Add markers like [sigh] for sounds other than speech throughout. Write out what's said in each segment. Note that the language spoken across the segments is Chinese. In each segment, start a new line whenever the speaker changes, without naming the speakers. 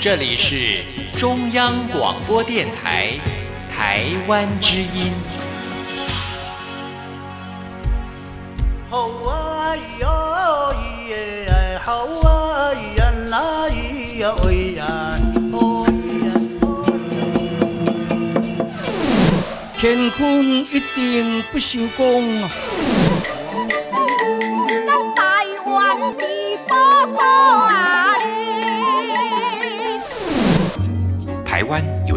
这里是中央广播电台台湾之音。
吼啊咿呀咿耶哎，吼啊咿呀啦咿呀喂呀，哦咿呀。
天空一定不朽功，
咱台湾是宝岛啊哩。
台湾有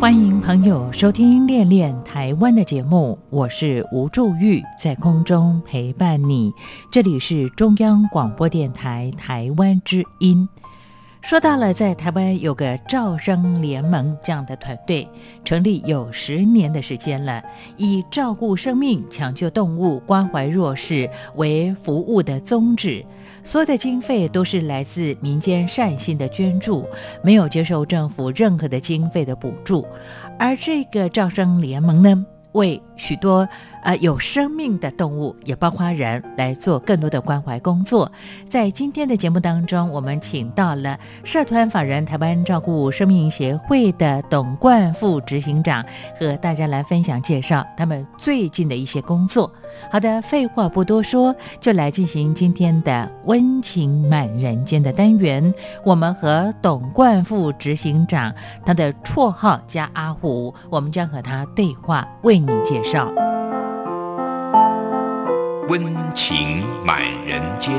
欢迎朋友收听《恋恋台湾》的节目，我是吴祝玉，在空中陪伴你。这里是中央广播电台台湾之音。说到了，在台湾有个招生联盟这样的团队，成立有十年的时间了，以照顾生命、抢救动物、关怀弱势为服务的宗旨。所有的经费都是来自民间善心的捐助，没有接受政府任何的经费的补助。而这个招生联盟呢，为许多呃有生命的动物，也包括人，来做更多的关怀工作。在今天的节目当中，我们请到了社团法人台湾照顾生命协会的董冠副执行长，和大家来分享介绍他们最近的一些工作。好的，废话不多说，就来进行今天的温情满人间的单元。我们和董冠副执行长，他的绰号加阿虎，我们将和他对话，为你介绍。
温情满人间。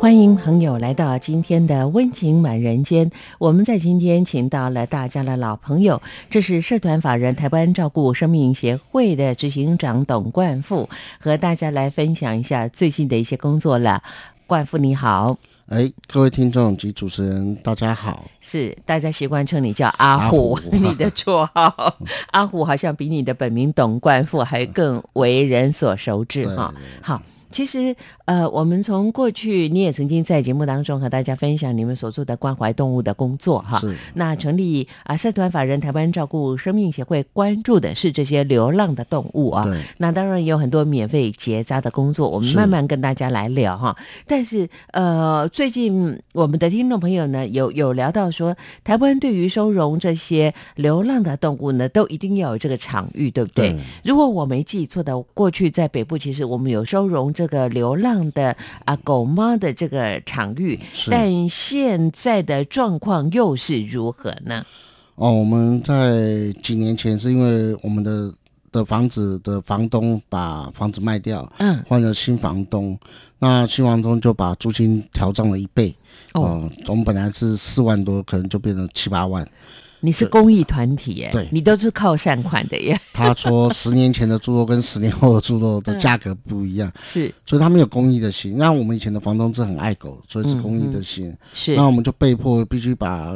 欢迎朋友来到今天的温情满人间。我们在今天请到了大家的老朋友，这是社团法人台湾照顾生命协会的执行长董冠富，和大家来分享一下最近的一些工作了。冠富你好，
哎，各位听众及主持人，大家好。
是大家习惯称你叫阿虎，
阿虎
你的绰号。阿虎好像比你的本名董冠富还更为人所熟知
对
哈。好。其实，呃，我们从过去你也曾经在节目当中和大家分享你们所做的关怀动物的工作哈。
是
那成立啊社团法人台湾照顾生命协会，关注的是这些流浪的动物啊。
对，
那当然也有很多免费结扎的工作，我们
是
慢慢跟大家来聊哈。但是呃，最近我们的听众朋友呢，有有聊到说，台湾对于收容这些流浪的动物呢，都一定要有这个场域，对不对？
对
如果我没记错的，过去在北部其实我们有收容这个流浪的啊狗猫的这个场域，
是
但现在的状况又是如何呢？
哦，我们在几年前是因为我们的的房子的房东把房子卖掉，
嗯，
换了新房东，那新房东就把租金调涨了一倍。
哦
哦，我们本来是四万多，可能就变成七八万。
你是公益团体耶，
对
你都是靠善款的耶，
他
[laughs]
说十年前的猪肉跟十年后的猪肉
嗯
的价格不一样，
是
所以他们有公益的心。那我们以前的房东是很爱狗，所以是公益的心。
是
那我们就被迫必须把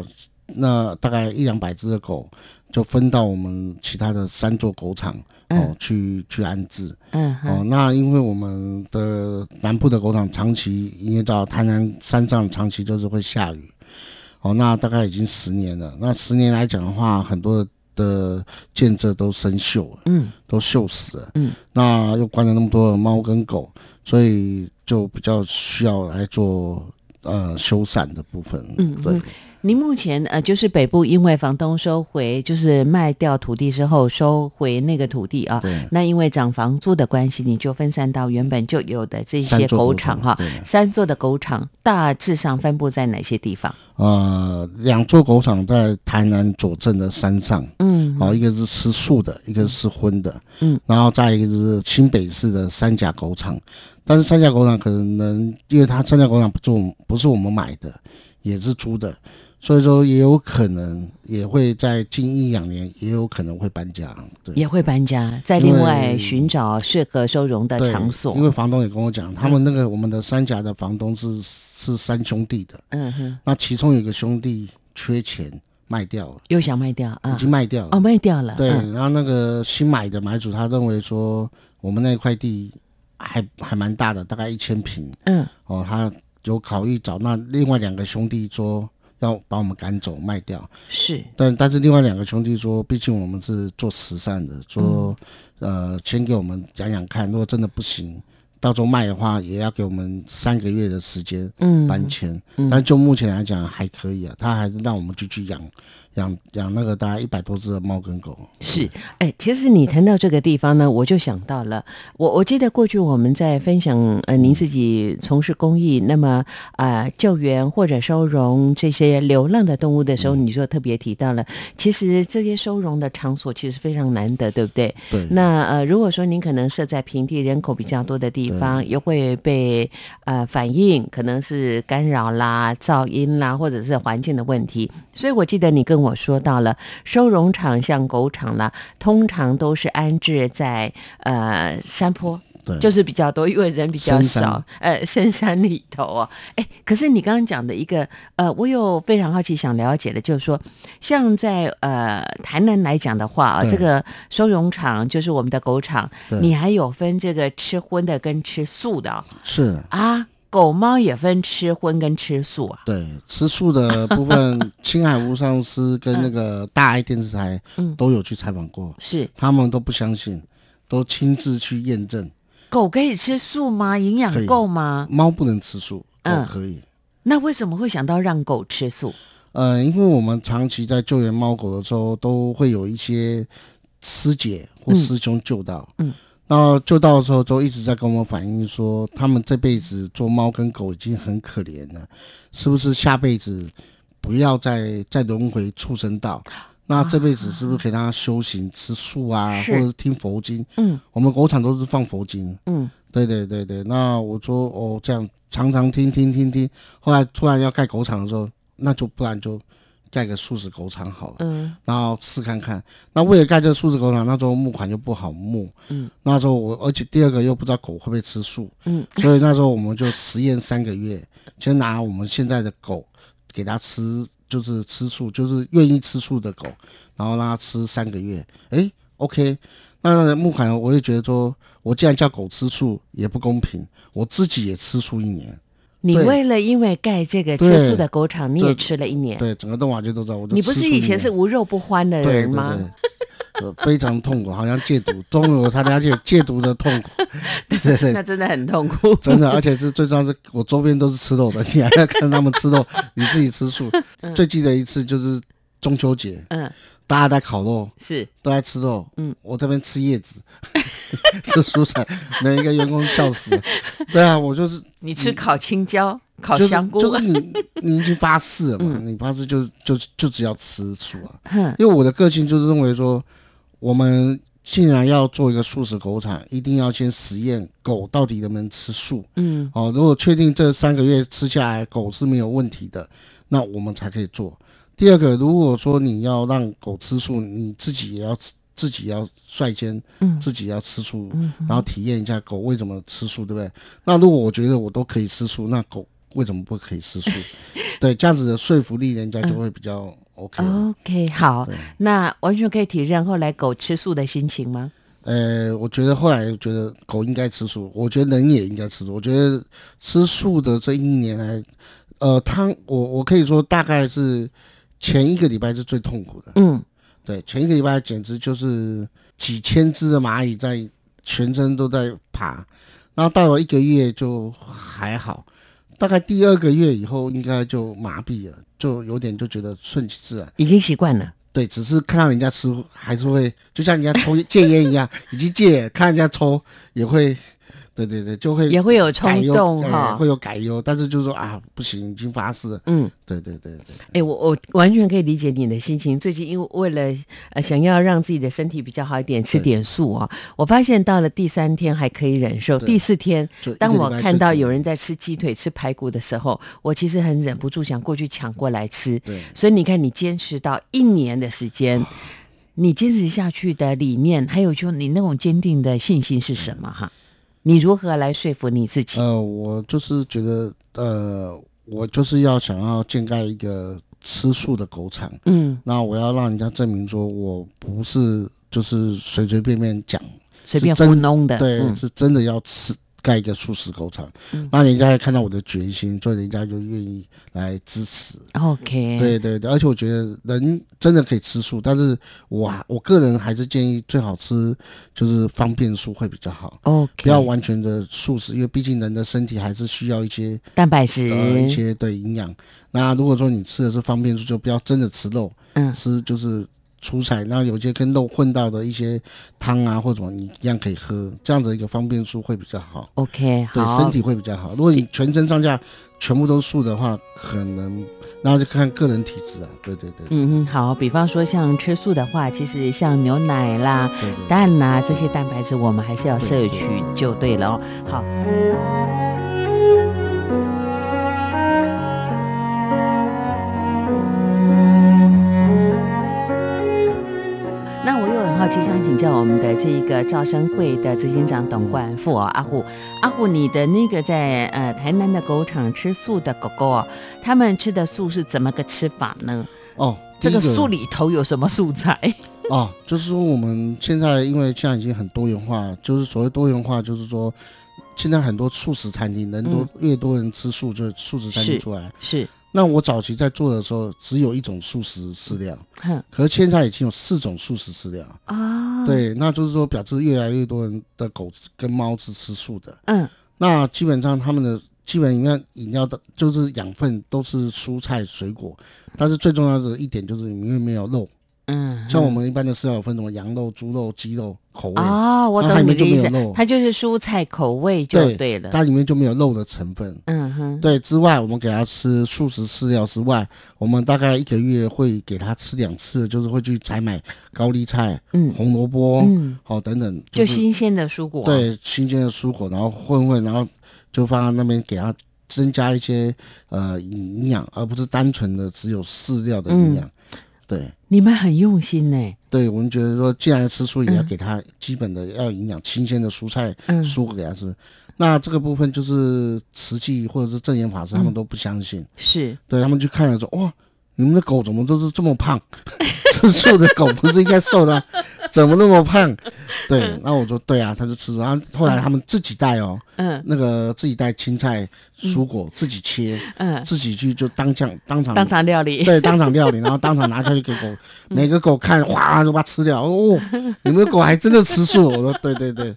那大概一两百只的狗就分到我们其他的三座狗场哦、
嗯
去去安置
嗯
哦、
哼，
那因为我们的南部的狗场长期，因为到台南山上长期就是会下雨哦，那大概已经十年了。那十年来讲的话，很多的。的建设都生锈了，
嗯，
都锈死了。
嗯，
那又关了那么多的猫跟狗，所以就比较需要来做呃修缮的部分。
嗯
对
嗯，您目前呃，就是北部因为房东收回，就是卖掉土地之后收回那个土地啊。
对，
那因为涨房租的关系，你就分散到原本就有的这些
三座
狗场哈、
对
三座的狗场大致上分布在哪些地方？
呃，两座狗场在台南左镇的山上，哦
嗯，
好、一个是吃素的，一个是荤的，
嗯，
然后再一个是新北市的三甲狗场，但是三甲狗场可能因为它三甲狗场不做不是我们买的，也是租的，所以说也有可能也会在近一两年也有可能会搬家，对，
也会搬家，再
因
另
为
外寻找适合收容的
对
场所。
因为房东也跟我讲，他们那个我们的三峡的房东是是三兄弟的，
嗯哼，
那其中有一个兄弟缺钱卖掉了，
又想卖掉
已
啊
经？卖掉了
哦，，卖掉了。
对，
嗯
然后那个新买的买主他认为说我们那块地还还蛮大的，大概一千平
嗯，
哦，他有考虑找那另外两个兄弟说要把我们赶走卖掉，
是
但但是另外两个兄弟说，毕竟我们是做慈善的，说、
嗯
呃，先给我们讲讲看，如果真的不行，到时候卖的话，也要给我们三个月的时间
嗯
搬迁。但就目前来讲还可以啊，他还是让我们继续养养养那个大概一百多只的猫跟狗。
是，哎，其实你谈到这个地方呢，我就想到了，我我记得过去我们在分享，呃，您自己从事公益，那么啊、呃救援或者收容这些流浪的动物的时候，你就特别提到了，其实这些收容的场所其实非常难得，对不对？
对，
那呃，如果说您可能设在平地人口比较多的地方，又会被呃反映，可能是干扰啦、噪音啦，或者是环境的问题。所以我记得你跟我说到了，收容场像狗场啦，通常都是安置在呃山坡。
对
就是比较多，因为人比较
嗯深
少
山，
呃，深山里头哦。哎，可是你刚刚讲的一个，呃，我有非常好奇想了解的，就是说，像在呃台南来讲的话啊，
对
这个收容场就是我们的狗场，
对
你还有分这个吃荤的跟吃素的哦
是，
啊，狗猫也分吃荤跟吃素啊，
对，吃素的部分，青海无上师跟那个大爱电视台
嗯
都有去采访过，
是
他们都不相信，都亲自去验证，
狗可以吃素吗？营
可
养
以
够吗？
猫不能吃素，狗
嗯
可以。
那为什么会想到让狗吃素？
呃，因为我们长期在救援猫狗的时候，都会有一些师姐或师兄救到，
嗯嗯
那救到的时候都一直在跟我们反映说，他们这辈子做猫跟狗已经很可怜了，是不是下辈子不要再再轮回畜生道？那这辈子是不是可以让他修行吃素啊，
是
或者是听佛经？
嗯
我们狗场都是放佛经，
嗯，
对对对对，那我说哦，这样常常听听听听，后来突然要盖狗场的时候，那就不然就盖个素食狗场好了，
嗯，
然后试看看。那为了盖这个素食狗场，那时候募款又不好募，
嗯，
那时候我而且第二个又不知道狗会不会吃素，
嗯，
所以那时候我们就实验三个月，先拿我们现在的狗给它吃，就是吃素，就是愿意吃素的狗，然后让它吃三个月，诶 o k 那木款，我也觉得说，我既然叫狗吃素也不公平，我自己也吃素一年，
你
对
为了因为盖这个吃
对
素的狗场，你
这
也吃了一年。
对，整个动画界都知道，我就
你不
吃
是
素一
以前
年
是无肉不欢的
对
人
对
吗？
对 [laughs] 呃，非常痛苦，好像戒毒，终于我才了解戒毒的痛苦，对对
那真的很痛苦。
[laughs] 真的，而且是最重要是，我周边都是吃肉的，你还要看他们吃肉，你自己吃素。 [laughs] 最记得一次就是中秋节，
嗯，
大家在烤肉，
[laughs] 是
都在吃肉，
嗯
嗯，我这边吃叶子， [laughs] 吃蔬菜，每一个员工笑死了。对啊，我就是
你吃烤青椒、烤
嗯就是
香菇，嗯
就是你你已经发誓了嘛，你发誓就就就只要吃素啊。
哼，
因为我的个性就是认为说，我们既然要做一个素食狗场，一定要先实验狗到底能不能吃素。
嗯，
哦，如果确定这三个月吃下来狗是没有问题的，那我们才可以做。第二个，如果说你要让狗吃素，你自己也要吃自己要率先，
嗯
自己要吃素，然后体验一下狗为什么吃素，对不对？那如果我觉得我都可以吃素，那狗为什么不可以吃素？ [laughs] 对，这样子的说服力，人家就会比较 OK 了。
[laughs] OK，好
对，
那完全可以体认后来狗吃素的心情吗？
呃，我觉得后来觉得狗应该吃素，我觉得人也应该吃素。我觉得吃素的这一年来，呃，他我我可以说大概是前一个礼拜是最痛苦的，
嗯，
对，前一个礼拜简直就是几千只的蚂蚁在全身都在爬，然后到了一个月就还好，大概第二个月以后应该就麻痹了，就有点就觉得顺其自然。
已经习惯了。
对，只是看到人家吃还是会，就像人家抽戒烟一样，已经戒了，看人家抽也会，对对对，就会
也会有
改
冲
优
动
对
哈
会。有改优，但是就是说啊，不行，已经发誓了。
嗯，
对对对对，
哎、我我完全可以理解你的心情。最近因为为了呃想要让自己的身体比较好一点，吃
对
点素啊，我发现到了第三天还可以忍受，
对
第四天
就一个
当
礼
我
拜
看
正
到
常
有人在吃鸡腿、吃排骨的时候，我其实很忍不住想过去抢过来吃。
对
所以你看，你坚持到一年的时间，你坚持下去的理念，还有就你那种坚定的信心是什么哈？你如何来说服你自己？
呃，我就是觉得呃，我就是要想要建盖一个吃素的狗场，
嗯，
那我要让人家证明说我不是就是随随便便讲，
随便
是真
糊弄的，
对，
嗯
是真的要吃。盖一个素食狗场，那人家也看到我的决心，所以人家就愿意来支持。
，OK，
对对对，而且我觉得人真的可以吃素，但是我我个人还是建议最好吃就是方便素会比较好，
，OK，
不要完全的素食，因为毕竟人的身体还是需要一些
蛋白质，
呃一些对营养。那如果说你吃的是方便素，就不要真的吃肉，
嗯
吃就是蔬菜，那有些跟肉混到的一些汤啊或者什么，你一样可以喝，这样子一个方便素会比较好。
，OK，
对
好，
身体会比较好。如果你全身上下全部都素的话，可能那就看个人体质啊。对对对，
嗯嗯，好，比方说像吃素的话，其实像牛奶啦、
对对对。
蛋啦、这些蛋白质，我们还是要摄取就对了哦。好，那我又很好奇，想请教我们的这一个招生会的执行长董冠富哦，阿虎，阿虎，你的那个在呃台南的狗场吃素的狗狗哦，他们吃的素是怎么个吃法呢？
哦，
这个
第一
素里头有什么素材？
哦，就是说我们现在因为现在已经很多元化，就是所谓多元化，就是说现在很多素食餐厅人多、越多人吃素，就素食餐厅
是
出来。
是，
那我早期在做的时候，只有一种素食饲料，
[laughs] 哼
可是现在已经有四种素食饲料。
啊，，
对，那就是说表示越来越多人的狗跟猫是吃素的。
嗯，
那基本上他们的基本饮料饮料的，就是养分都是蔬菜水果，但是最重要的一点就是里面没有肉。
嗯，
像我们一般的饲料有分什么羊肉、猪肉、鸡肉口味，
哦，我
那它
懂
里
你
面
的
就
意
没有
思
肉，
它就是蔬菜口味就
对
对了。
它里面就没有肉的成分。
嗯哼，
对，之外我们给它吃素食饲料之外，我们大概一个月会给它吃两次，就是会去采买高丽菜、
嗯
红萝卜，
嗯，
好、等等，
就是新鲜的蔬果。，
对新鲜的蔬果，然后混混，然后就放在那边给它增加一些呃营养，而不是单纯的只有饲料的
嗯
营养。对
你们很用心呢、
对，我们觉得说，既然吃素，也要
嗯
给它基本的要营养，新鲜的蔬菜、
嗯
蔬果给它吃。那这个部分就是慈济或者是正言法师他们都不相信，
是
对他们去看了说，哇。你们的狗怎么都是这么
[laughs]
胖？吃素的狗不是应该瘦的吗，怎么那么胖？对，那我说对啊，他就吃素。然后后来他们自己带哦，
嗯
那个自己带青菜、蔬果，自己切，
嗯，
自己去就当酱当场
当场料理。
嗯对当场料理，然后当场拿下去给狗，
嗯
每个狗看哗就把它吃掉。哦，你们的狗还真的吃素？我说对对对，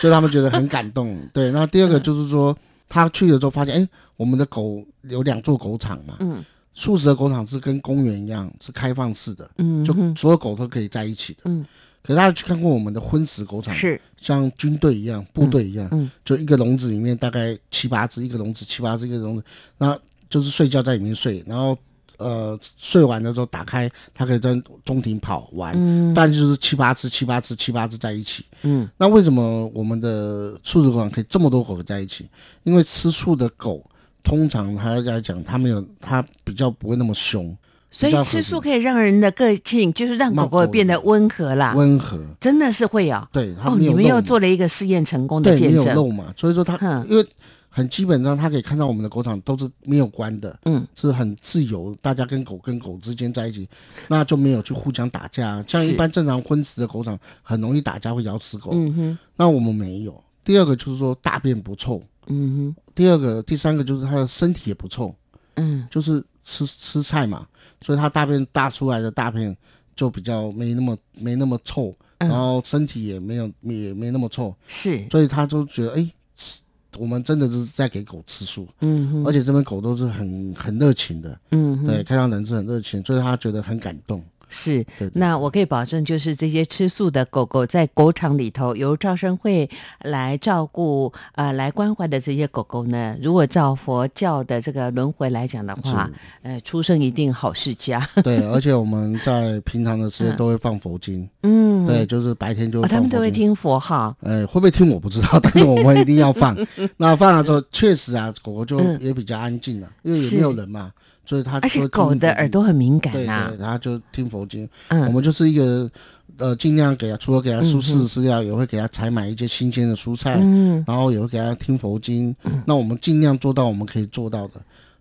就他们觉得很感动。对，然后第二
嗯
个就是说，他去了之后发现，哎，我们的狗有两座狗场嘛，
嗯
素食的狗场是跟公园一样是开放式的，
嗯
就
哼，
所有狗都可以在一起的。
嗯，
可是他去看过我们的荤食狗场，
[laughs] 是
像军队一样、部队一样，
嗯
就一个笼子里面大概七八只，一个笼子七八只，一个笼子，那就是睡觉在里面睡，然后呃睡完的时候打开，它可以在中庭跑玩，
嗯
但就是七八只、七八只、七八只在一起。
嗯
那为什么我们的素食狗场可以这么多狗在一起？因为吃素的狗通常它来讲，它没有它比较不会那么凶，
所
比
以
较和
吃
平
素可以让人的个性，就是让狗
慢
狗
活
变得
一点
温和啦，
温和。
真的是会哦。
对，它
哦，
没
你
有
们
肉
又
嘛
做了一个试验成功的
对，
见
没有
证。
漏嘛，所以说它
哼
因为很基本上，它可以看到我们的狗场都是没有关的，
嗯，
是很自由，大家跟狗跟狗之间在一起，那就没有去互相打架。啊像
是
一般正常婚食的狗场，很容易打架会咬死狗，
嗯哼，
那我们没有。第二个就是说大便不臭，
嗯
第二个、第三个就是它的身体也不臭，
哼，嗯，
就是吃吃菜嘛，所以它大便大出来的大便就比较没那么没那么臭，
嗯
然后身体也没有也没那么臭。
是，
所以他就觉得，哎、吃我们真的是在给狗吃素，
嗯哼，
而且这边狗都是很很热情的，
嗯哼， [laughs]
对，看到人是很热情，所以他觉得很感动。
是
对，对
那我可以保证，就是这些吃素的狗狗在狗场里头，由赵生会来照顾呃来关怀的这些狗狗呢，如果照佛教的这个轮回来讲的话，呃，出生一定好世
[laughs]
家。
对，而且我们在平常的时间都会放佛经，
嗯，
对，就是白天就
哦，
会
他
放
们都
佛
会
经。
听佛号，
呃，会不会听我不知道，但是我们一定要
[laughs]
放。那放了之后，确实啊，狗狗就
嗯
也比较安静了，啊因为也
是
没有人嘛，所以它就
而且
啊会听
狗的
佛经
耳朵很啊敏感
对
呐、
对，然后就听佛经。我
嗯，
们就是一个呃，尽量给它，除了给它舒适
嗯
的饲料，也会给它采买一些新鲜的蔬菜，
嗯，
然后也会给它听佛经。那我们尽量做到我们可以做到的。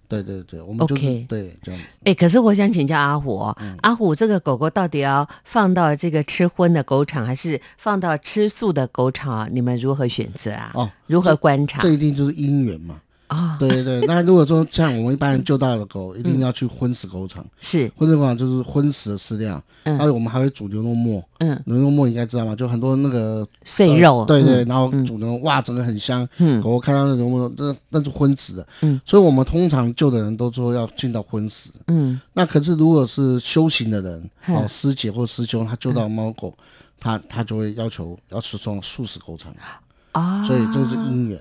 对对对，我们就是
OK
对这样子。
哎、可是我想请教阿虎、哦，
嗯
阿虎这个狗狗到底要放到这个吃荤的狗场，还是放到吃素的狗场？你们如何选择啊？
哦
如何观察
这一定就是因缘嘛。
啊、哦？
对对对，那如果说像我们一般人救到的狗，一定要去昏死狗场，
是，
昏死狗场就是昏死的饲料，
嗯
还有我们还会煮牛肉末，
嗯，
牛肉末你应该知道吗？就很多那个
碎肉，
呃对对，
嗯
然后煮牛肉哇，整个很香，
嗯
狗狗看到那牛肉末，这那是昏死的，
嗯，
所以我们通常救的人都说要进到昏死，
嗯，
那可是如果是修行的人，
嗯
哦，师姐或师兄，他救到猫狗，他他就会要求要吃送素食狗场，
啊，哦
所以这是因缘。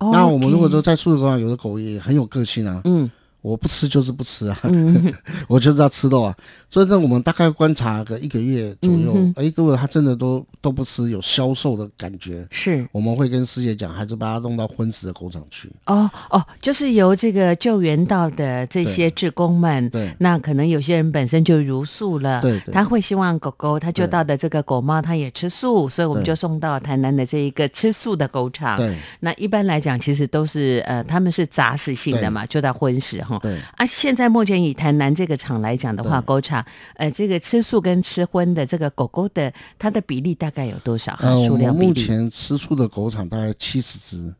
那我们如果说在素食狗场，有的狗也很有个性啊，
嗯
我不吃就是不吃啊，
嗯
[laughs] 我就是要吃肉啊。所以呢，我们大概观察个一个月左右
嗯，
哎、如果它真的都都不吃，有消瘦的感觉，
是
我们会跟师姐讲，还是把它弄到昏死的狗场去。
哦哦，就是由这个救援到的这些志工们，
对
那可能有些人本身就如素了，
对对
他会希望狗狗他救到的这个狗猫它也吃素，所以我们
对
就送到台南的这一个吃素的狗场。
对
那一般来讲，其实都是呃，他们是杂食性的嘛，就到荤食哈。
对
啊，现在目前以台南这个厂来讲的话，
对
狗场呃，这个吃素跟吃荤的这个狗狗的它的比例大概有多少？哈
呃，
数
我们
量比
目
例
前吃素的狗场大概七十只，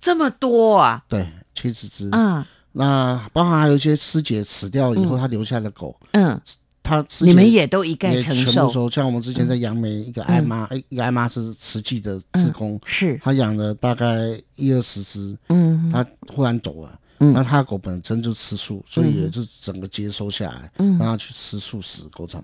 这么多啊？
对，七十只。
啊，
那包含还有一些师姐死掉以后，她留下的狗，
嗯，
她师姐
你们也都一概
也
承
全
受嗯
部，收。像我们之前在杨梅一个艾妈，哎一个艾妈是慈济的志工，
是，
她养了大概一二十只，
嗯
他忽然走了，
嗯
那他的狗本身就吃素，所以也
嗯
是整个接收下来，
嗯
让他去吃素食狗场。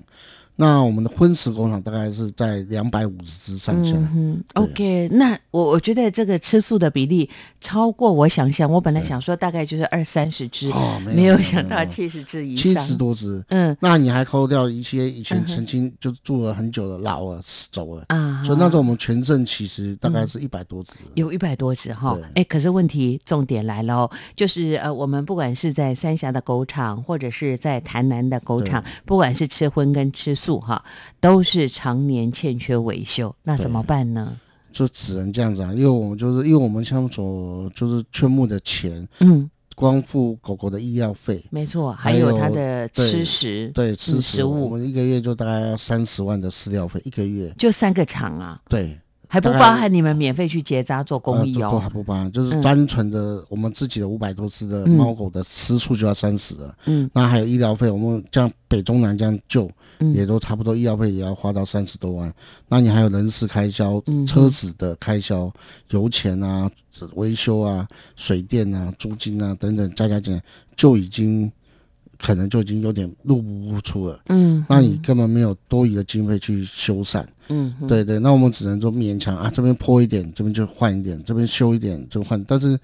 那我们的荤食狗场大概是在两百五十只上下，
嗯哼，OK，那我我觉得这个吃素的比例超过我想象，我本来想说大概就是二三十只，
哦没有
没有
没有
想
没
到
有
七十只以
七
上，
十多只。
嗯
那你还扣掉一些以
嗯
前
哼
曾经就住了很久的老了死走了，
啊，
所以那时候我们全镇其实大概是一百多只。
有一百多只哈
对，
哎，可是问题重点来了哦，就是呃，我们不管是在三峡的狗场，或者是在台南的狗场，不管是吃荤跟吃素哈，都是常年欠缺维修，那怎么办呢？
就只能这样子啊，因为我们就是因为我们像所就是劝募的钱，
嗯，
光付狗狗的医药费，
没错，
还
还有
有
它的
对
吃食，
对，吃
嗯
食
食物
我们一个月就大概要三十万的饲料费，一个月。
就三个场啊，
对，
还不
大概
包含你们免费去结扎做公益
呃都都
哦
还。不帮，就是
嗯
单纯的我们自己的五百多只的
嗯
猫狗的吃处就要三十了。
嗯
那还有医疗费，我们这样北中南这样救，
嗯
也都差不多，医疗费也要花到三十多万。那你还有人事开销
嗯哼、
车子的开销、油钱啊、维修啊、水电啊、租金啊等等，加加减减就已经可能就已经有点入不敷出了。
嗯
那你根本没有多余的经费去修缮，
嗯嗯
对对，那我们只能说勉强啊，这边破一点，这边就换一点，这边修一点就换，但是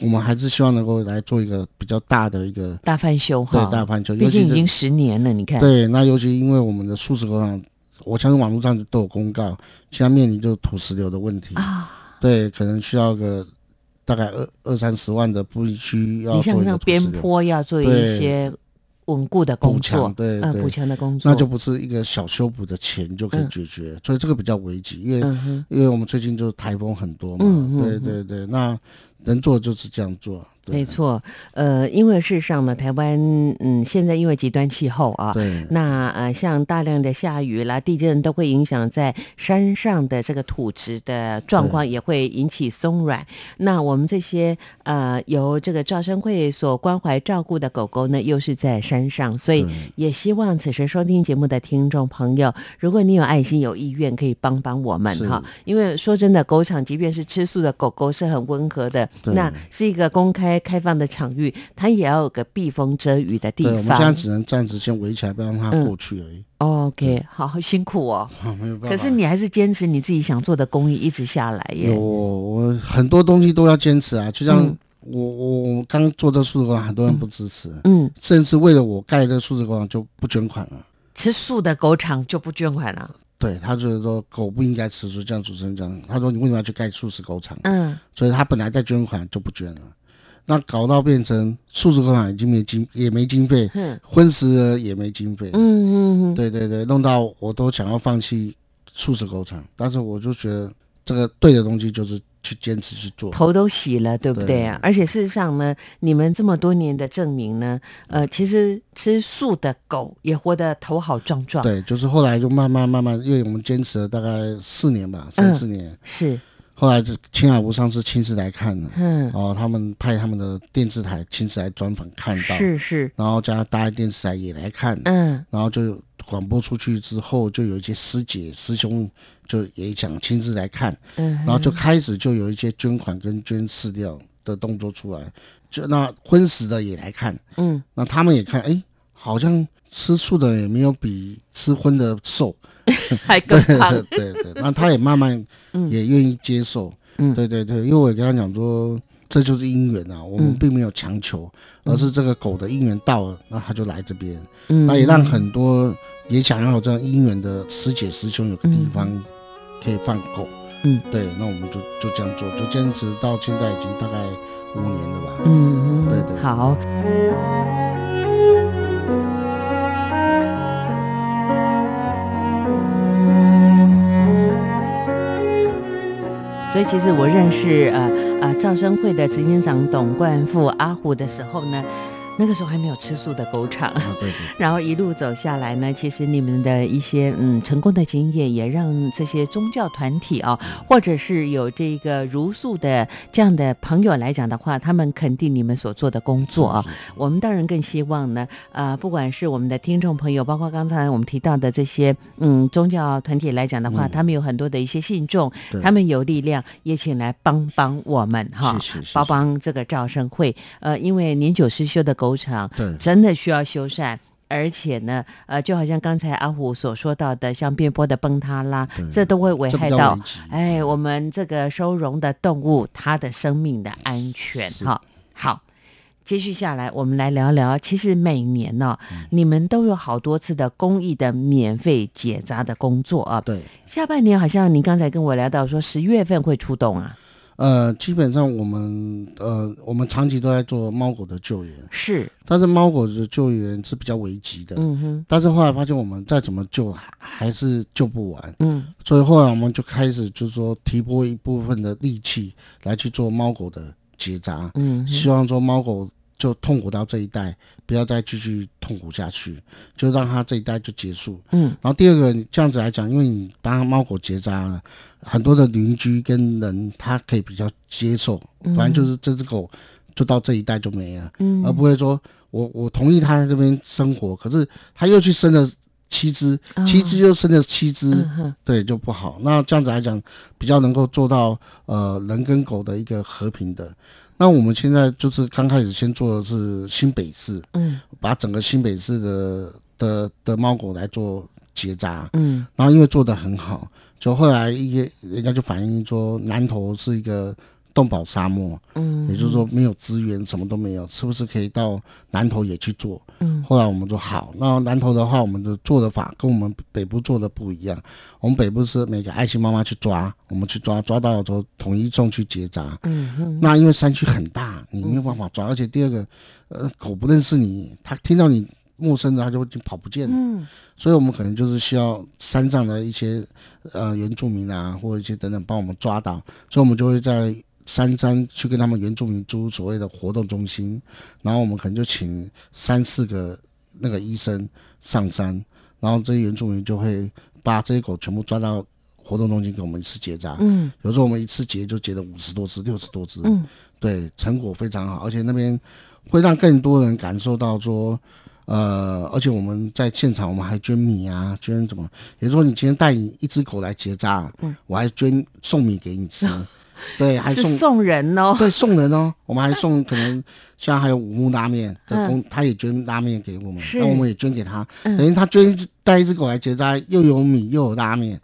我们还是希望能够来做一个比较大的一个
大翻修
对
哈，
大盘球，
毕
尤
竟
其
已经
是
十年了，你看。
对，那尤其因为我们的素食工厂，我相信网络上都有公告，现在面临就是土石流的问题，
啊，
对，可能需要个大概二二三十万的不宜区要做
你像
一
那
个
种
土石
边
流
坡要做一
对
些稳固的工
补
作
强，对
呃，
对
补强的工作，
那就不是一个小修补的钱就可以
嗯
解决，所以这个比较危急，因为。
嗯哼。
因为我们最近就是台风很多嘛，
嗯嗯
对
嗯
对对，那能做就是这样做，对
没，错，呃，因为事实上呢，台湾嗯，现在因为极端气候啊，
对
那呃，像大量的下雨啦、地震都会影响在山上的这个土质的状况，也会引起松软。那我们这些呃由这个赵生会所关怀照顾的狗狗呢，又是在山上，所以
对
也希望此时收听节目的听众朋友，如果你有爱心、有意愿，可以帮帮我们
是
哈。因为说真的，狗场即便是吃素的狗狗是很温和的，
对
那是一个公开开放的场域，它也要有个避风遮雨的地
对，我们现在
方。
只能暂时先围起来，不要让它
嗯
过去而已。 [laughs]
OK，好好辛苦哦。
啊，没有办法。
可是你还是坚持你自己想做的公益，一直下来耶。
有我很多东西都要坚持啊，就像
嗯
我、我我刚做这数字工厂，很多人不支持，
嗯，
甚至为了我盖这数字工厂就不捐款了。
吃素的狗场就不捐款了。
对他就是说狗不应该吃素，就像主持人讲，他说你为什么要去盖素食狗场？
嗯，
所以他本来在捐款就不捐了，那搞到变成素食狗场已经没经也没经费，
哼，
荤食儿也没经费，
嗯嗯嗯嗯，
对对对，弄到我都想要放弃素食狗场，但是我就觉得这个对的东西就是去坚持去做。
头都洗了，对不对啊？而且事实上呢，你们这么多年的证明呢，呃，其实吃素的狗也活得头好壮壮。，
对，就是后来就慢慢慢慢，因为我们坚持了大概四年吧，
嗯
三四年，
是，
后来就青海无上是亲自来看的，
嗯，
哦，他们派他们的电视台亲自来专访看到，
是是，
然后加上大爱电视台也来看，
嗯
然后就广播出去之后，就有一些师姐师兄就也想亲自来看，
嗯
然后就开始就有一些捐款跟捐饲料的动作出来，就那荤食的也来看，
嗯，
那他们也看，哎，好像吃素的也没有比吃荤的
[laughs]
瘦。 [laughs]
还更
对
胖。
对对，那他也慢慢也愿意接受，
嗯
对对对，因为我也跟他讲说，这就是姻缘啊，我们
嗯
并没有强求，而是这个狗的姻缘到了，那他就来这边，
[laughs] 嗯，
那也让很多也想要有这样姻缘的师姐师兄有个地方可以放狗，
嗯，
对，那我们就就这样做，就坚持到现在已经大概五年了吧，
嗯，
对
嗯
对对
好。所以其实我认识呃呃赵生会的执行长董冠富阿虎的时候呢，那个时候还没有吃素的狗场。
啊对对。
然后一路走下来呢，其实你们的一些嗯成功的经验，也让这些宗教团体啊，或者是有这个茹素的这样的朋友来讲的话，他们肯定你们所做的工作啊。我们当然更希望呢，呃，不管是我们的听众朋友，包括刚才我们提到的这些嗯宗教团体来讲的话，他们有很多的一些信众
嗯对，
他们有力量，也请来帮帮我们哈，
是是是
帮帮这个赵生会。呃，因为年久失修的狗场，
对
真的需要修缮。而且呢，呃，就好像刚才阿虎所说到的，像边坡的崩塌啦，这都会危
这比
害
较
到
危急，
哎，我们这个收容的动物它的生命的安全
是
哈。好，接续下来我们来聊聊，其实每年呢、
嗯
你们都有好多次的公益的免费解答的工作啊。
对，
下半年好像您刚才跟我聊到说十月份会出动啊，
呃，基本上我们呃，我们长期都在做猫狗的救援，
是，
但是猫狗的救援是比较危急的，
嗯哼，
但是后来发现我们再怎么救还还是救不完，
嗯
所以后来我们就开始就是说提拨一部分的力气来去做猫狗的结扎，
嗯哼，
希望说猫狗就痛苦到这一代，不要再继续痛苦下去，就让它这一代就结束。
嗯
然后第二个这样子来讲，因为你帮猫狗结扎了，很多的邻居跟人他可以比较接受，反正就是这只狗就到这一代就没了，
嗯
而不会说我我同意他在这边生活，可是他又去生了七只，七只又生了七只，
哦嗯哼，
对就不好。那这样子来讲，比较能够做到呃人跟狗的一个和平的。那我们现在就是刚开始先做的是新北市，
嗯
把整个新北市的的的猫狗来做结扎，
嗯
然后因为做的很好，就后来一些人家就反映说，南投是一个动保沙漠，
嗯，
也就是说没有资源，什么都没有，是不是可以到南投也去做？
嗯
后来我们说好，那南投的话，我们的做的法跟我们北部做的不一样，我们北部是每个爱心妈妈去抓，我们去抓，抓到了之后统一送去结扎，
嗯哼，
那因为山区很大，你没有办法抓，而且第二个，呃，狗不认识你，它听到你陌生的，它就已经跑不见了。
嗯
所以我们可能就是需要山上的一些呃原住民啊，或者一些等等帮我们抓到，所以我们就会在山山去跟他们原住民租所谓的活动中心，然后我们可能就请三四个那个医生上山，然后这些原住民就会把这些狗全部抓到活动中心给我们一次结扎。
嗯
有时候我们一次结就结了五十多只、六十多只，
嗯，
对，成果非常好，而且那边会让更多人感受到说，呃，而且我们在现场我们还捐米啊，捐什么，也就是说你今天带你一只狗来结扎，嗯，我还捐送米给你吃，对，还
是
送
送人哦。
对，送人哦，我们
[laughs]
还送可能像还有五木拉面的公，他也捐拉面给我们，
嗯是
那我们也捐给他，
嗯
等于他捐一只带一只狗来结扎，又有米又有拉面。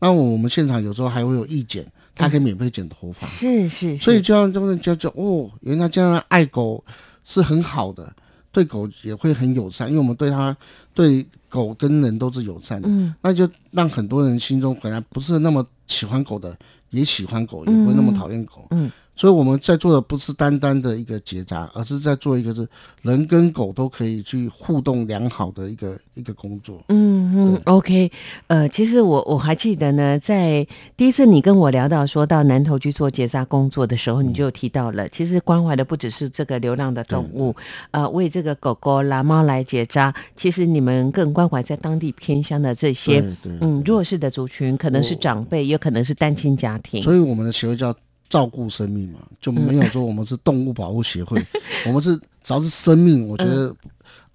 那我们现场有时候还会有义剪，他可以免费剪头发，
是是，
所以
是
这样这么就就哦，原来这样爱狗是很好的，对狗也会很友善，因为我们对它对狗跟人都是友善的，
嗯
那就让很多人心中本来不是那么喜欢狗的，也喜欢狗，也不会那么讨厌狗。
嗯嗯嗯
所以我们在做的不是单单的一个结扎，而是在做一个是人跟狗都可以去互动良好的一个一个工作。
嗯嗯，OK，呃，其实我我还记得呢，在第一次你跟我聊到说到南头去做结扎工作的时
嗯
候，你就提到了，其实关怀的不只是这个流浪的动物，呃，为这个狗狗啦、猫来结扎，其实你们更关怀在当地偏乡的这些
对对
嗯弱势的族群，可能是
我
长辈，也可能是单亲家庭。
所以我们的协会叫照顾生命嘛，就没有说我们是动物保护协
[laughs]
会，我们是只要是生命，我觉得
嗯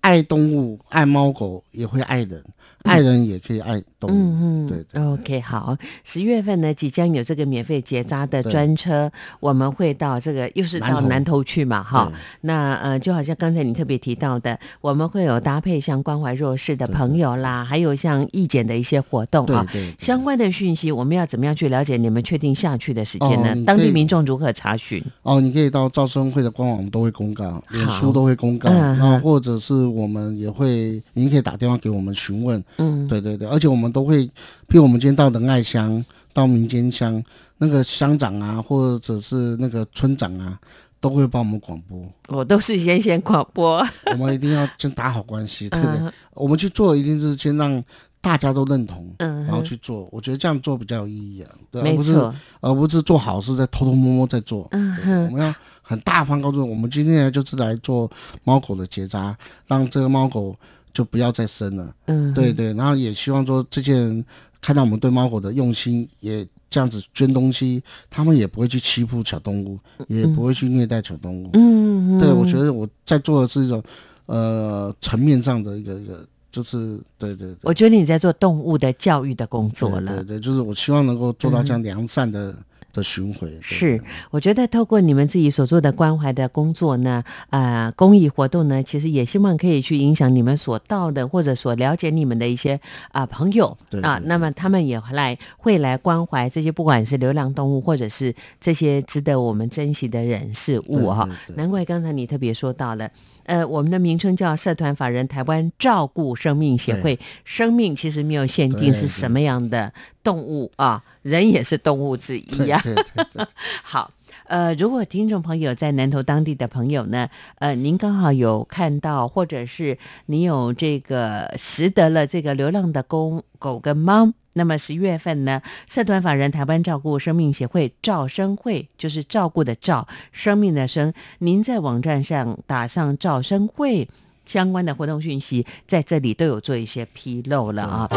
爱动物、爱猫狗也会爱人，爱人也可以爱动物。
嗯嗯嗯，
对
OK，好，十月份呢，即将有这个免费结扎的
对
专车，我们会到这个又是
南
到
投
南头去嘛，哈
对。
那呃，就好像刚才你特别提到的，我们会有搭配像关怀弱势的朋友啦，还有像义诊的一些活动
对
啊。
对对。
相关的讯息，我们要怎么样去了解？你们确定下去的时间呢？
哦你
当
可
地
以
民众如何查询？
哦，你可以到招生会的官网，我们都会公告，脸
好
书都会公告，
嗯
然
嗯
后或者是我们也会，您可以打电话给我们询问，
嗯，
对对对，而且我们都会，譬如我们今天到仁爱乡、到民间乡，那个乡长啊，或者是那个村长啊，都会帮我们广播，
我都是先先广播，
我们一定要先打好关系，对不对？
嗯
我们去做一定是先让大家都认同，
嗯
然后
哼，
去做，我觉得这样做比较有意义啊，对，而
没
不是
错，
而不是做好事在偷偷摸摸在做。
嗯
对
哼
我们要很大方告诉，我们今天来就是来做猫狗的结扎，让这个猫狗就不要再生了。
嗯，
对，对，然后也希望说这些人看到我们对猫狗的用心，也这样子捐东西，他们也不会去欺负小动物，也不会去虐待小动物。
嗯，
对，我
嗯
觉得我在做的是一种呃层面上的一个一个，就是对对对，
我觉得你在做动物的教育的工作
对
了。嗯
对对，就是我希望能够做到这样良善的、的巡回。对
是，我觉得透过你们自己所做的关怀的工作呢，呃，公益活动呢，其实也希望可以去影响你们所到的或者所了解你们的一些啊、朋友
对
啊
对，对
那么他们也来会来关怀这些不管是流浪动物或者是这些值得我们珍惜的人事物哈。
对对
难怪刚才你特别说到了，呃，我们的名称叫社团法人台湾照顾生命协会，生命其实没有限定
对
是
对
什么样的动物啊，人也是动物之一啊呀、
对对
[laughs]
对对
好，呃，如果听众朋友在南投当地的朋友呢，呃，您刚好有看到，或者是你有这个识得了这个流浪的公狗跟猫。那么十月份呢，社团法人台湾照顾生命协会照生会，就是照顾的照，生命的生。您在网站上打上照生会相关的活动讯息，在这里都有做一些披露了啊。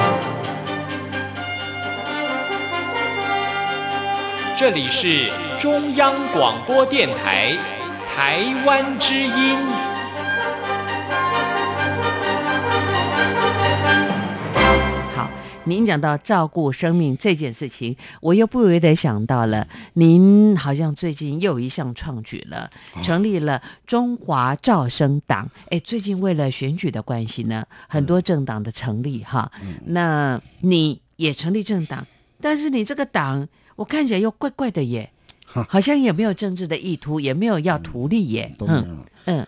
这里是中央广播电台台湾之音。
好，您讲到照顾生命这件事情，我又不由得想到了，您好像最近又有一项创举了，
哦
成立了中华照生党。哎，最近为了选举的关系呢，很多政党的成立哈，
嗯
那你也成立政党，但是你这个党，我看起来又怪怪的耶。好像也没有政治的意图，也没有要图利耶。
都没有。
嗯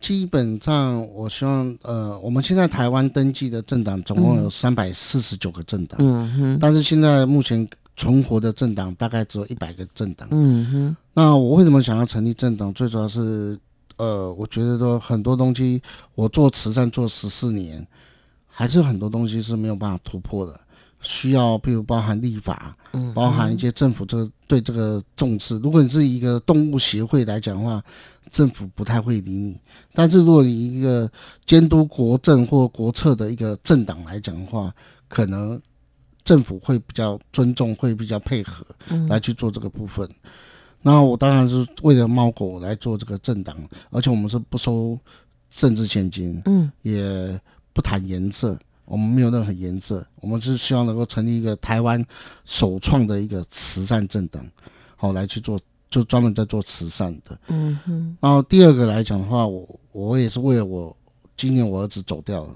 基本上，我希望，呃，我们现在台湾登记的政党总共有三百四十九个政党，
嗯哼
但是现在目前存活的政党大概只有一百个政党。
嗯哼
那我为什么想要成立政党？最主要是，呃，我觉得说很多东西，我做慈善做十四年，还是很多东西是没有办法突破的，需要，比如包含立法，
嗯哼，
包含一些政府这个对这个重视。如果你是一个动物协会来讲的话，政府不太会理你；但是如果你一个监督国政或国策的一个政党来讲的话，可能政府会比较尊重，会比较配合来去做这个部分。那我当然是为了猫狗来做这个政党，而且我们是不收政治现金，
嗯
也不谈颜色，我们没有任何颜色，我们是希望能够成立一个台湾首创的一个慈善政党。好、来去做，就专门在做慈善的。
嗯哼，
然后第二个来讲的话，我我也是为了我今年我儿子走掉了，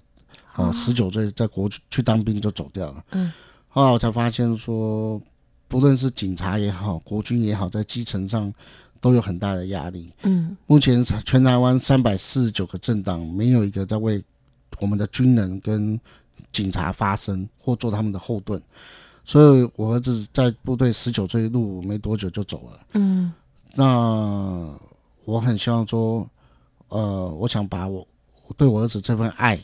哦，十九岁在国去去当兵就走掉了。
啊嗯，
后来我才发现说，不论是警察也好，国军也好，在基层上都有很大的压力。
嗯
目前全台湾三百四十九个政党，没有一个在为我们的军人跟警察发声或做他们的后盾。所以，我儿子在部队十九岁入伍没多久就走了。
嗯
那我很希望说，呃，我想把我对我儿子这份爱，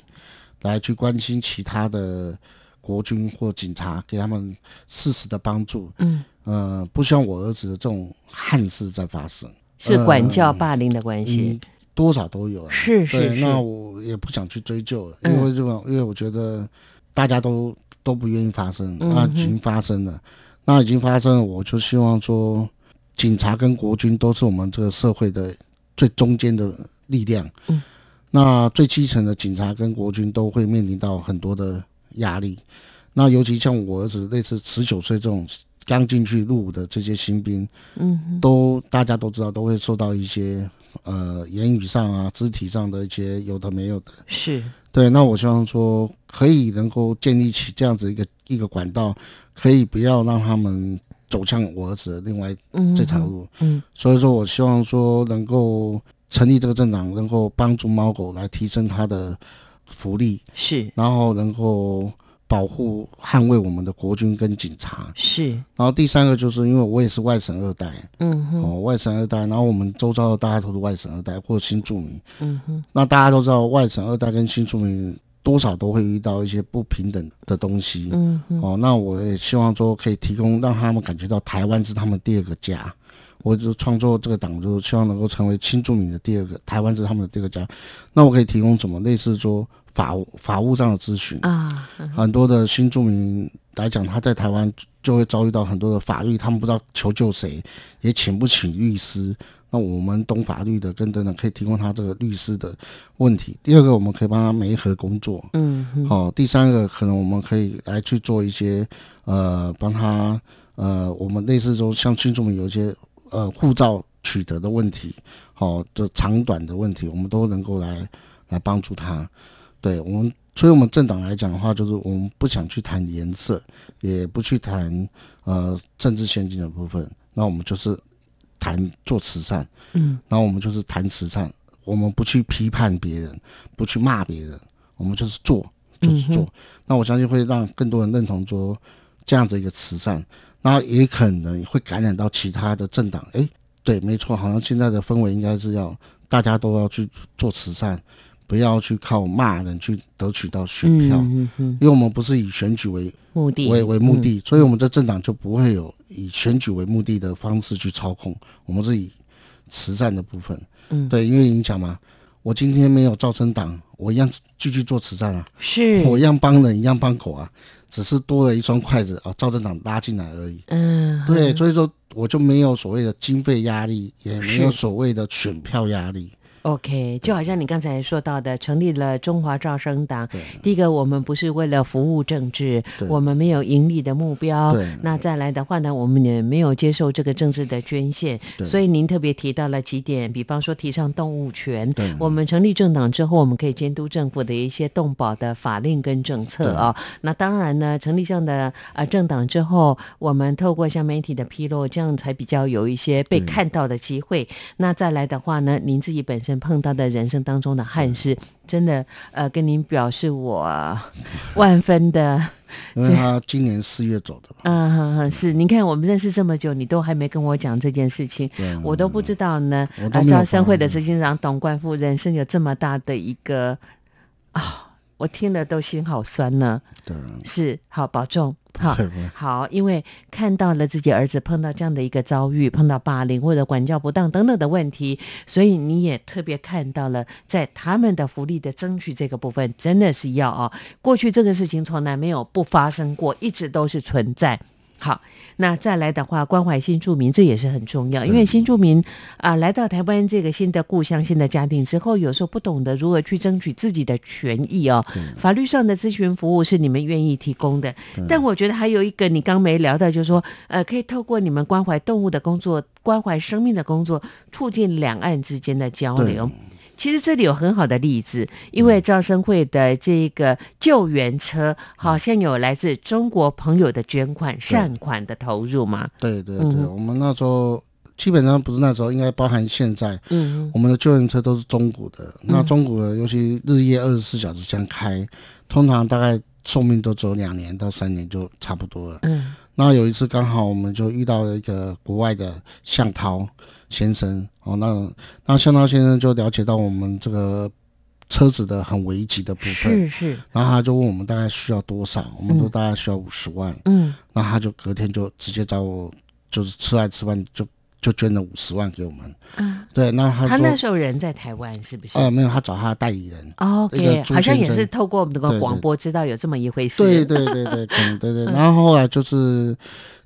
来去关心其他的国军或警察，给他们适时的帮助。
嗯，
呃，不希望我儿子的这种憾事再发生。
是管
呃
教霸凌的关系
嗯，多少都有啊。
是是
对，那
是，
我也不想去追究了，
嗯
因为这种，因为我觉得大家都都不愿意发生，
嗯
那
哼
已经发生了，那已经发生了，我就希望说，警察跟国军都是我们这个社会的最中间的力量。
嗯，
那最基层的警察跟国军都会面临到很多的压力，那尤其像我儿子类似十九岁这种刚进去入伍的这些新兵，
嗯哼
都大家都知道，都会受到一些呃言语上啊、肢体上的一些有的没有的。
是，
对，那我希望说可以能够建立起这样子一个一个管道，可以不要让他们走向我儿子的另外
嗯哼
这条路。
嗯
所以说我希望说能够成立这个政党，能够帮助猫狗来提升它的福利，
是
然后能够保护、捍卫我们的国军跟警察。
是，
然后第三个就是因为我也是外省二代，
嗯哼
哦，外省二代，然后我们周遭的大家都是外省二代或新住民，
嗯哼
那大家都知道外省二代跟新住民多少都会遇到一些不平等的东西。
嗯哼
哦，那我也希望说可以提供让他们感觉到台湾是他们第二个家。我就创作这个党，就希望能够成为新住民的第二个，台湾是他们的第二个家。那我可以提供什么？类似说法务法务上的咨询，
啊，
很多的新住民来讲，他在台湾就会遭遇到很多的法律，他们不知道求救谁，也请不起律师。那我们懂法律的跟等等，可以提供他这个律师的问题。第二个，我们可以帮他媒合工作。
嗯哼
好、第三个可能我们可以来去做一些呃，帮他呃，我们类似说像新住民有一些呃护照取得的问题，好、这长短的问题，我们都能够来来帮助他。对我们，所以我们政党来讲的话，就是我们不想去谈颜色，也不去谈呃政治先进的部分，那我们就是谈做慈善，
嗯
然后我们就是谈慈善，我们不去批判别人，不去骂别人，我们就是做，就是
嗯
做。那我相信会让更多人认同说这样子一个慈善，然后也可能会感染到其他的政党。诶，对，没错，好像现在的氛围应该是要大家都要去做慈善，不要去靠骂人去得取到选票，
嗯哼，
因为我们不是以选举为
目的
为为目
嗯
的，所以我们这政党就不会有以选举为目的的方式去操控，我们是以慈善的部分，
嗯
对，因为影响嘛，我今天没有造成党，我一样继续做慈善啊，
嗯是，
我一样帮人，一样帮狗啊，只是多了一双筷子啊，造成党拉进来而已，
嗯
对，所以说我就没有所谓的经费压力，也没有
是
所谓的选票压力，
OK，就好像你刚才说到的，成立了中华招生党。第一个，我们不是为了服务政治，
对
我们没有盈利的目标
嗯对。
那再来的话呢，我们也没有接受这个政治的捐献。
对
所以您特别提到了几点，比方说提倡动物权。
对
我们成立政党之后，我们可以监督政府的一些动保的法令跟政策
对
啊、那当然呢，成立这样的呃政党之后，我们透过向媒体的披露，这样才比较有一些被
对
看到的机会。那再来的话呢，您自己本身碰到的人生当中的憾事，真的呃，跟您表示我呃万分的，嗯
因为他今年四月走的嘛，
呃，是。您看我们认识这么久，你都还没跟我讲这件事情，
对啊
我都不知道呢
我。都
呃，
没有
招生会的
发
执行长董冠富人生有这么大的一个啊、我听了都心好酸呢。
对啊，
是，好，保重。
[laughs]
好
会不会
好，因为看到了自己儿子碰到这样的一个遭遇，碰到霸凌或者管教不当等等的问题，所以你也特别看到了在他们的福利的争取这个部分，哦真的是要啊、过去这个事情从来没有不发生过，一直都是存在。好，那再来的话，关怀新住民这也是很重要，因为新住民啊、来到台湾这个新的故乡、新的家庭之后，有时候不懂得如何去争取自己的权益哦。法律上的咨询服务是你们愿意提供的，但我觉得还有一个你刚没聊到，就是说，呃，可以透过你们关怀动物的工作、关怀生命的工作，促进两岸之间的交流
对。
其实这里有很好的例子，因为招生会的这个救援车好像有来自中国朋友的捐款、善款的投入嘛。
对对
嗯
对，
哼
我们那时候基本上不是那时候，应该包含现在，
嗯
我们的救援车都是中古的。那中古的，尤其日夜二十四小时这样开，通常大概寿命都只有两年到三年就差不多了。
嗯
那有一次刚好我们就遇到了一个国外的向涛先生，哦，那那向涛先生就了解到我们这个车子的很危急的部分，
是是，
然后他就问我们大概需要多少，我们说
嗯
大概需要五十万，
嗯
那他就隔天就直接找我，就是吃饭吃饭就就捐了五十万给我们。
嗯，
对，那他
他
说
那时候人在台湾是不是、
呃没有，他找他的代理人。
o
一个
k
朱
好像也
先生
是透过我们
对
的
对
广播知道有这么一回事。
对对对对，可能对
嗯
对。然后后来就是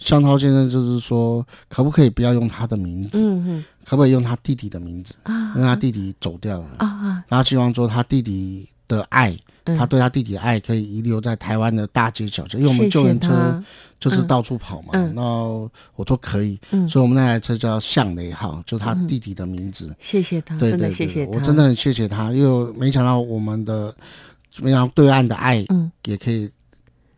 向涛先生就是说，可不可以不要用他的名字，
嗯
可不可以用他弟弟的名字？
嗯
因为
啊
他弟弟走掉了，
啊啊，
然后希望说他弟弟的爱，
嗯
他对他弟弟的爱可以遗留在台湾的大街小巷，因为我们
谢
救
谢
援车。
他。
就是
嗯
到处跑嘛。
嗯
那我说可以，
嗯
所以我们那台车叫向雷号，就是他弟弟的名字。
谢谢他，
对对
嗯真的
对，
谢谢他，
我真的很谢谢他，因为我没想到我们的，没想到对岸的爱
嗯
也可以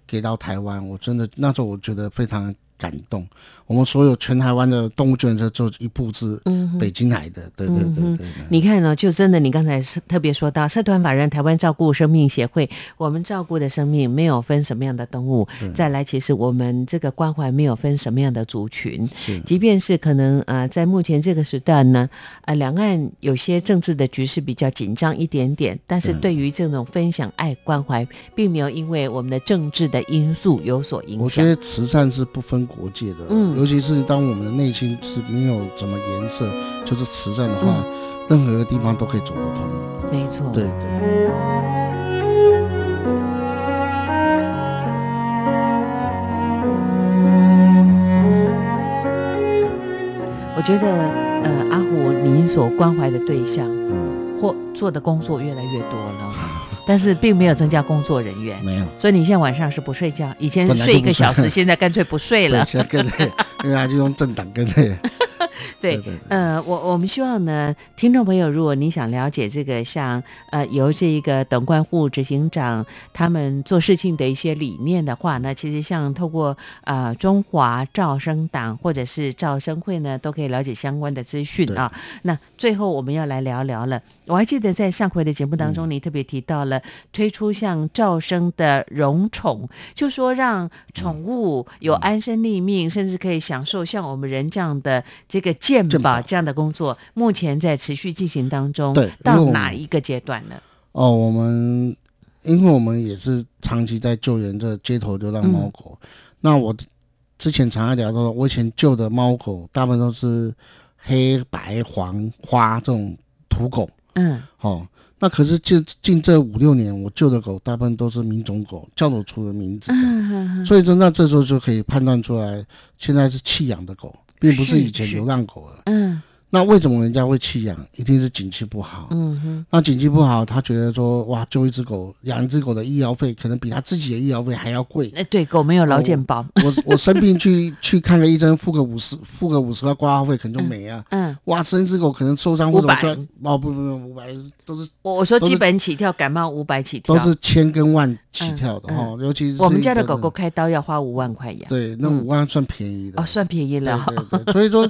给到台湾。我真的那时候我觉得非常感动。我们所有全台湾的动物救援车就一部是
嗯哼
北京来的，对对
嗯哼
对对对。
你看呢、就真的，你刚才是特别说到社团法人台湾照顾生命协会，我们照顾的生命没有分什么样的动物，再来，其实我们这个关怀没有分什么样的族群，
是
即便是可能呃，在目前这个时段呢，呃，两岸有些政治的局势比较紧张一点点，但是对于这种分享爱关怀，并没有因为我们的政治的因素有所影
我觉
响。
得慈善是不分国界的，
嗯
尤其是当我们的内心是没有什么颜色，就是慈善的话，
嗯
任何一个地方都可以走得通。
没错，
对对。
哦我觉得呃，阿虎，你所关怀的对象。
嗯，
或做的工作越来越多了，但是并没有增加工作
[laughs]
人员。
没有。
所以你现在晚上是不睡觉，以前
本来就
睡一个小
嗯不 [laughs] 睡
时，现在干脆不睡
对，
了。
现在更
[laughs]
累，因为他就用政党更累。
对
对对，
呃，我我们希望呢，听众朋友，如果你想了解这个像呃由这一个董冠户执行长他们做事情的一些理念的话呢，其实像透过呃中华招生党或者是招生会呢，都可以了解相关的资讯
对
啊。那最后我们要来聊聊了，我还记得在上回的节目当
嗯
中，你特别提到了推出像招生的荣宠，就说让宠物
嗯
有安身立命，甚至可以享受像我们人这样的这个健
健
保
保
这样的工作，目前在持续进行当中。
对因为
到
我们
哪一个阶段了？
哦，我们因为我们也是长期在救援这街头流浪猫狗。那我之前常常聊到，我以前救的猫狗大部分都是黑白黄花这种土狗
嗯，
哦。那可是近近这五六年，我救的狗大部分都是名种狗，叫得出的名字的，
嗯
所以说那这时候就可以判断出来，现在是弃养的狗，并不是
是
以前
是
流浪狗了。
嗯
那为什么人家会弃养？一定是景气不好。
嗯哼，
那景气不好，他觉得说，哇，救一只狗，养一只狗的医疗费可能比他自己的医疗费还要贵。 [laughs]
那对狗没有劳健保，
我我生病去去看个医生，付个五十，付个五十块挂号费，可能就没啊。
嗯，
哇，生一只狗可能受伤或者
500
就哦不不不五百都是
我我说
都是
基本起跳，感冒五百起跳，
都是千跟万起跳的
嗯
哈、尤其是
我们家的
一个
狗狗，开刀要花五万块呀，
对，那五万算便宜的。
哦，算便
对
宜了，
对对，所以
[laughs]
说，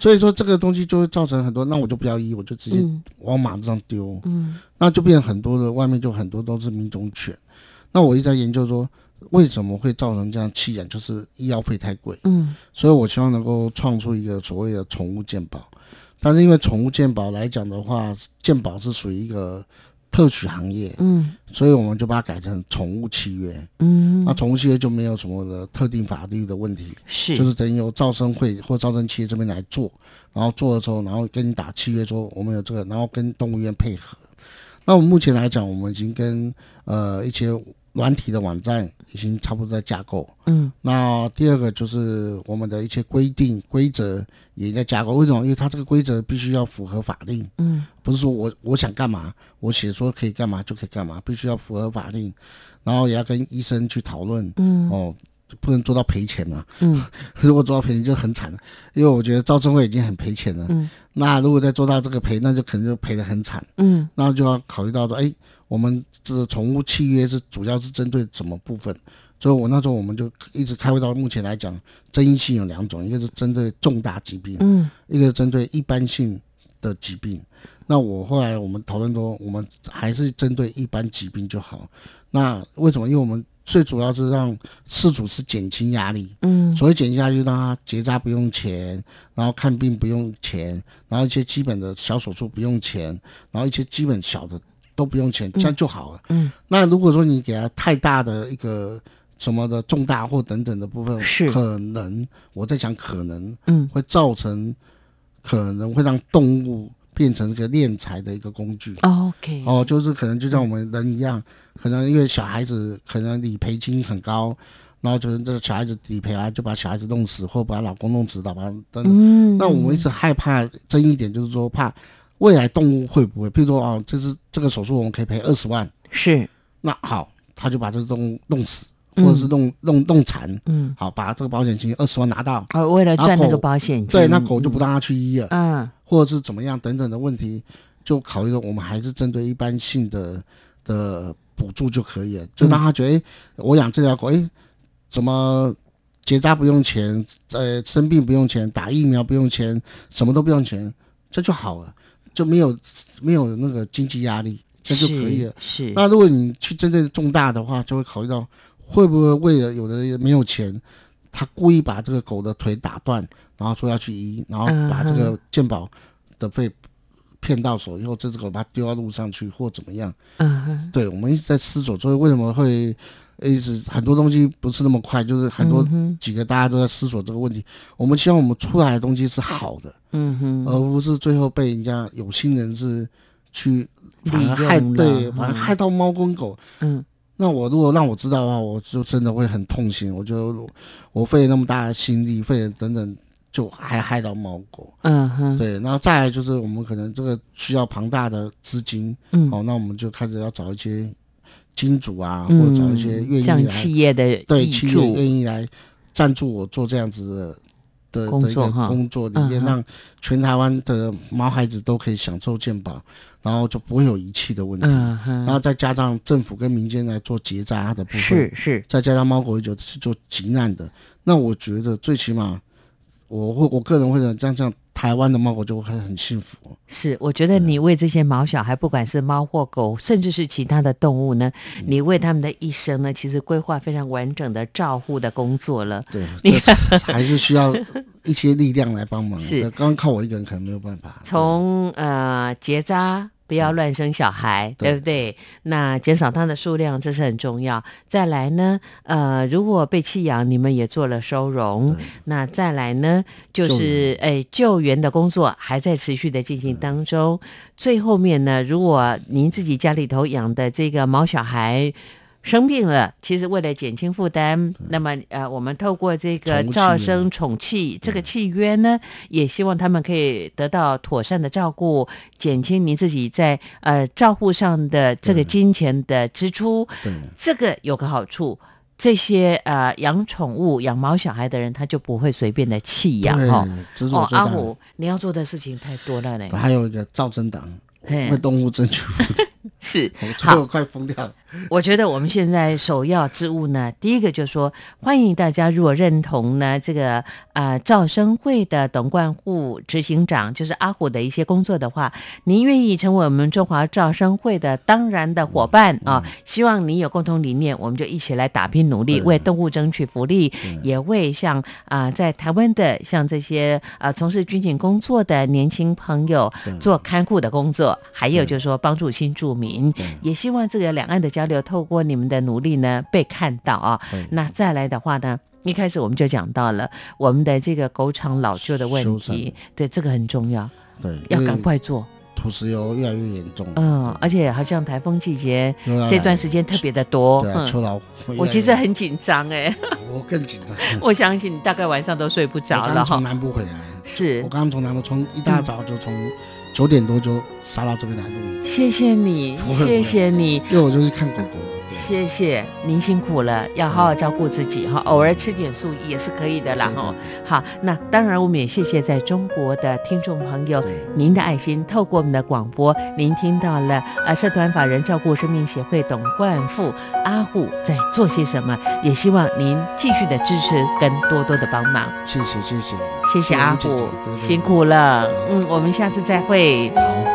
所以说这个东西就会造成很多，那我就不要医，我就直接
嗯
往马路上丢。
嗯
那就变成很多的外面就很多都是民种犬。那我一直在研究说，为什么会造成这样弃养，就是医药费太贵。
嗯
所以我希望能够创出一个所谓的宠物健保。但是因为宠物健保来讲的话，健保是属于一个特许行业，
嗯
所以我们就把它改成宠物契约。
嗯，
那宠物契约就没有什么的特定法律的问题，
是
就是等于由招生会或招生企业这边来做，然后做了之后，然后跟你打契约说我们有这个，然后跟动物园配合。那我们目前来讲，我们已经跟呃一些软体的网站已经差不多在架构。
嗯
那第二个就是我们的一些规定规则也在架构，为什么？因为它这个规则必须要符合法令，
嗯
不是说我我想干嘛，我写说可以干嘛就可以干嘛，必须要符合法令，然后也要跟医生去讨论
嗯
哦，不能做到赔钱嘛，
嗯
[laughs] 如果做到赔钱就很惨了，因为我觉得赵正会已经很赔钱了，
嗯
那如果再做到这个赔，那就可能就赔得很惨，
嗯
那就要考虑到说，哎，我们这个宠物契约是主要是针对什么部分？所以我那时候我们就一直开会到目前来讲，争议性有两种，一个是针对重大疾病，
嗯
一个是针对一般性的疾病。那我后来我们讨论说，我们还是针对一般疾病就好。那为什么？因为我们最主要是让事主是减轻压力，
嗯
所谓减下去，让他结扎不用钱，然后看病不用钱，然后一些基本的小手术不用钱，然后一些基本小的都不用钱，这样就好了。
嗯，
那如果说你给他太大的一个什么的重大或等等的部分，
是
可能我在讲可能
嗯
会造成，可能会让动物变成一个敛财的一个工具。
，OK，
哦，就是可能就像我们人一
嗯
样，可能因为小孩子可能理赔金很高，然后就是这个小孩子理赔啊，就把小孩子弄死，或把老公弄死，老婆等等。
嗯，
那我们一直害怕争议点，就是说怕未来动物会不会，譬如说哦，这是这个手术我们可以赔二十万，
是
那好，他就把这个动物弄死，或者是弄、弄弄残，
嗯，
好，把这个保险金二十万拿到，
哦，为了
那
赚那个
狗
保险金，
对，那狗就不让他去医了。
嗯
或者是怎么样等等的问题，就考虑了我们还是针对一般性的的补助就可以了，就让他觉得，诶我养这条狗，诶，哎怎么结扎不用钱，呃，生病不用钱，打疫苗不用钱，什么都不用钱，这就好了，就没有没有那个经济压力，这就可以了。
是，
那如果你去针对重大的话，就会考虑到会不会为了有的人没有钱，他故意把这个狗的腿打断，然后说要去医，然后把这
嗯
个鉴宝的费骗到手以后，这只狗把它丢到路上去或怎么样？
嗯哼，
对，我们一直在思索，所以为什么会一直很多东西不是那么快，就是很多
嗯哼
几个大家都在思索这个问题。我们希望我们出来的东西是好的，
嗯哼，
而不是最后被人家有心人士去反而
利
害
用了
对，
嗯
反而害到猫跟狗。
嗯
那我如果让我知道的话，我就真的会很痛心。我觉得我我费了那么大的心力，费了等等，就还害到猫狗。
嗯哼，
对，然后再来就是我们可能这个需要庞大的资金，
嗯。
哦，那我们就开始要找一些金主啊，或者
嗯，啊
找一些愿意来
像企业的
对
益
企业
助，
愿意来赞助我做这样子的的
工
的一
作
个
哈
工作里面，
嗯哼
让全台湾的毛孩子都可以享受健保，然后就不会有遗弃的问题。
嗯
然
哼，
后再加上政府跟民间来做结扎的部分，
是是，
再加上猫狗一九是做急难的，那我觉得最起码，我会我个人会认为这样这样，台湾的猫狗就会很幸福。哦
是，我觉得
啊
你为这些毛小孩，不管是猫或狗，甚至是其他的动物呢，
嗯
你为他们的一生呢，其实规划非常完整的照护的工作了。
对，这
[laughs]
还是需要一些力量来帮忙。
是
对刚靠我一个人可能没有办法。
从呃结扎，不要乱生小孩，
嗯对
对不对？那减少它的数量，这是很重要。再来呢，呃，如果被弃养，你们也做了收容。那再来呢，就
救
是哎救援的工作还在持续的进行当中。最后面呢，如果您自己家里头养的这个毛小孩。生病了，其实为了减轻负担，那么呃，我们透过这个
嗯宠嗯物
噪
契约
声宠气这个契约呢，也希望他们可以得到妥善的照顾，减轻您自己在呃照护上的这个金钱的支出。
对，
这个有个好处，这些呃养宠物、养毛小孩的人，他就不会随便的弃养
对
哦。，
这是我
哦，
最
阿
大的。
虎，你要做的事情太多了呢。
还有一个赵真党，
嘿
为动物争
[laughs]
取 [laughs] 福祉，
是
我
好
最后快疯掉了。
我觉得我们现在首要之务呢，第一个就是说，欢迎大家如果认同呢这个呃赵生会的董冠户执行长，就是阿虎的一些工作的话，您愿意成为我们中华赵生会的当然的伙伴
嗯
啊、希望你有共同理念，我们就一起来打拼努力，为动物争取福利，也为像啊、在台湾的像这些啊、从事军警工作的年轻朋友做看护的工作，还有就是说帮助新住民，也希望这个两岸的交流透过你们的努力呢被看到啊。那再来的话呢？一开始我们就讲到了我们的这个狗场老旧的问
修
题，对这个很重要，
对，
要
因为
赶快做。
土石流越来越严重，
嗯，而且好像台风季节
又要来
这段时间特别的多。嗯
对啊，秋老虎越来越。
我其实很紧张哎， [laughs]
我更紧张，
我相信你大概晚上都睡不着
我
了
刚
哈
从。南部回来，
是
我，刚从南部从一大早就从九点多就杀到这边来录音，
谢谢你，
不会不会
谢谢你，
因为我就是看狗狗。对
谢谢您辛苦了，要好好照顾自己哈，偶尔吃点素也是可以的啦
嗯对对
哈。好，那当然我们也谢谢在中国的听众朋友
对
您的爱心，透过我们的广播，您听到了呃社团法人照顾生命协会董冠富阿虎在做些什么，也希望您继续的支持跟多多的帮忙，
谢谢谢谢，
谢谢阿
谢谢姐姐对
虎
对，对
辛苦了，嗯，我们下次再会。
好。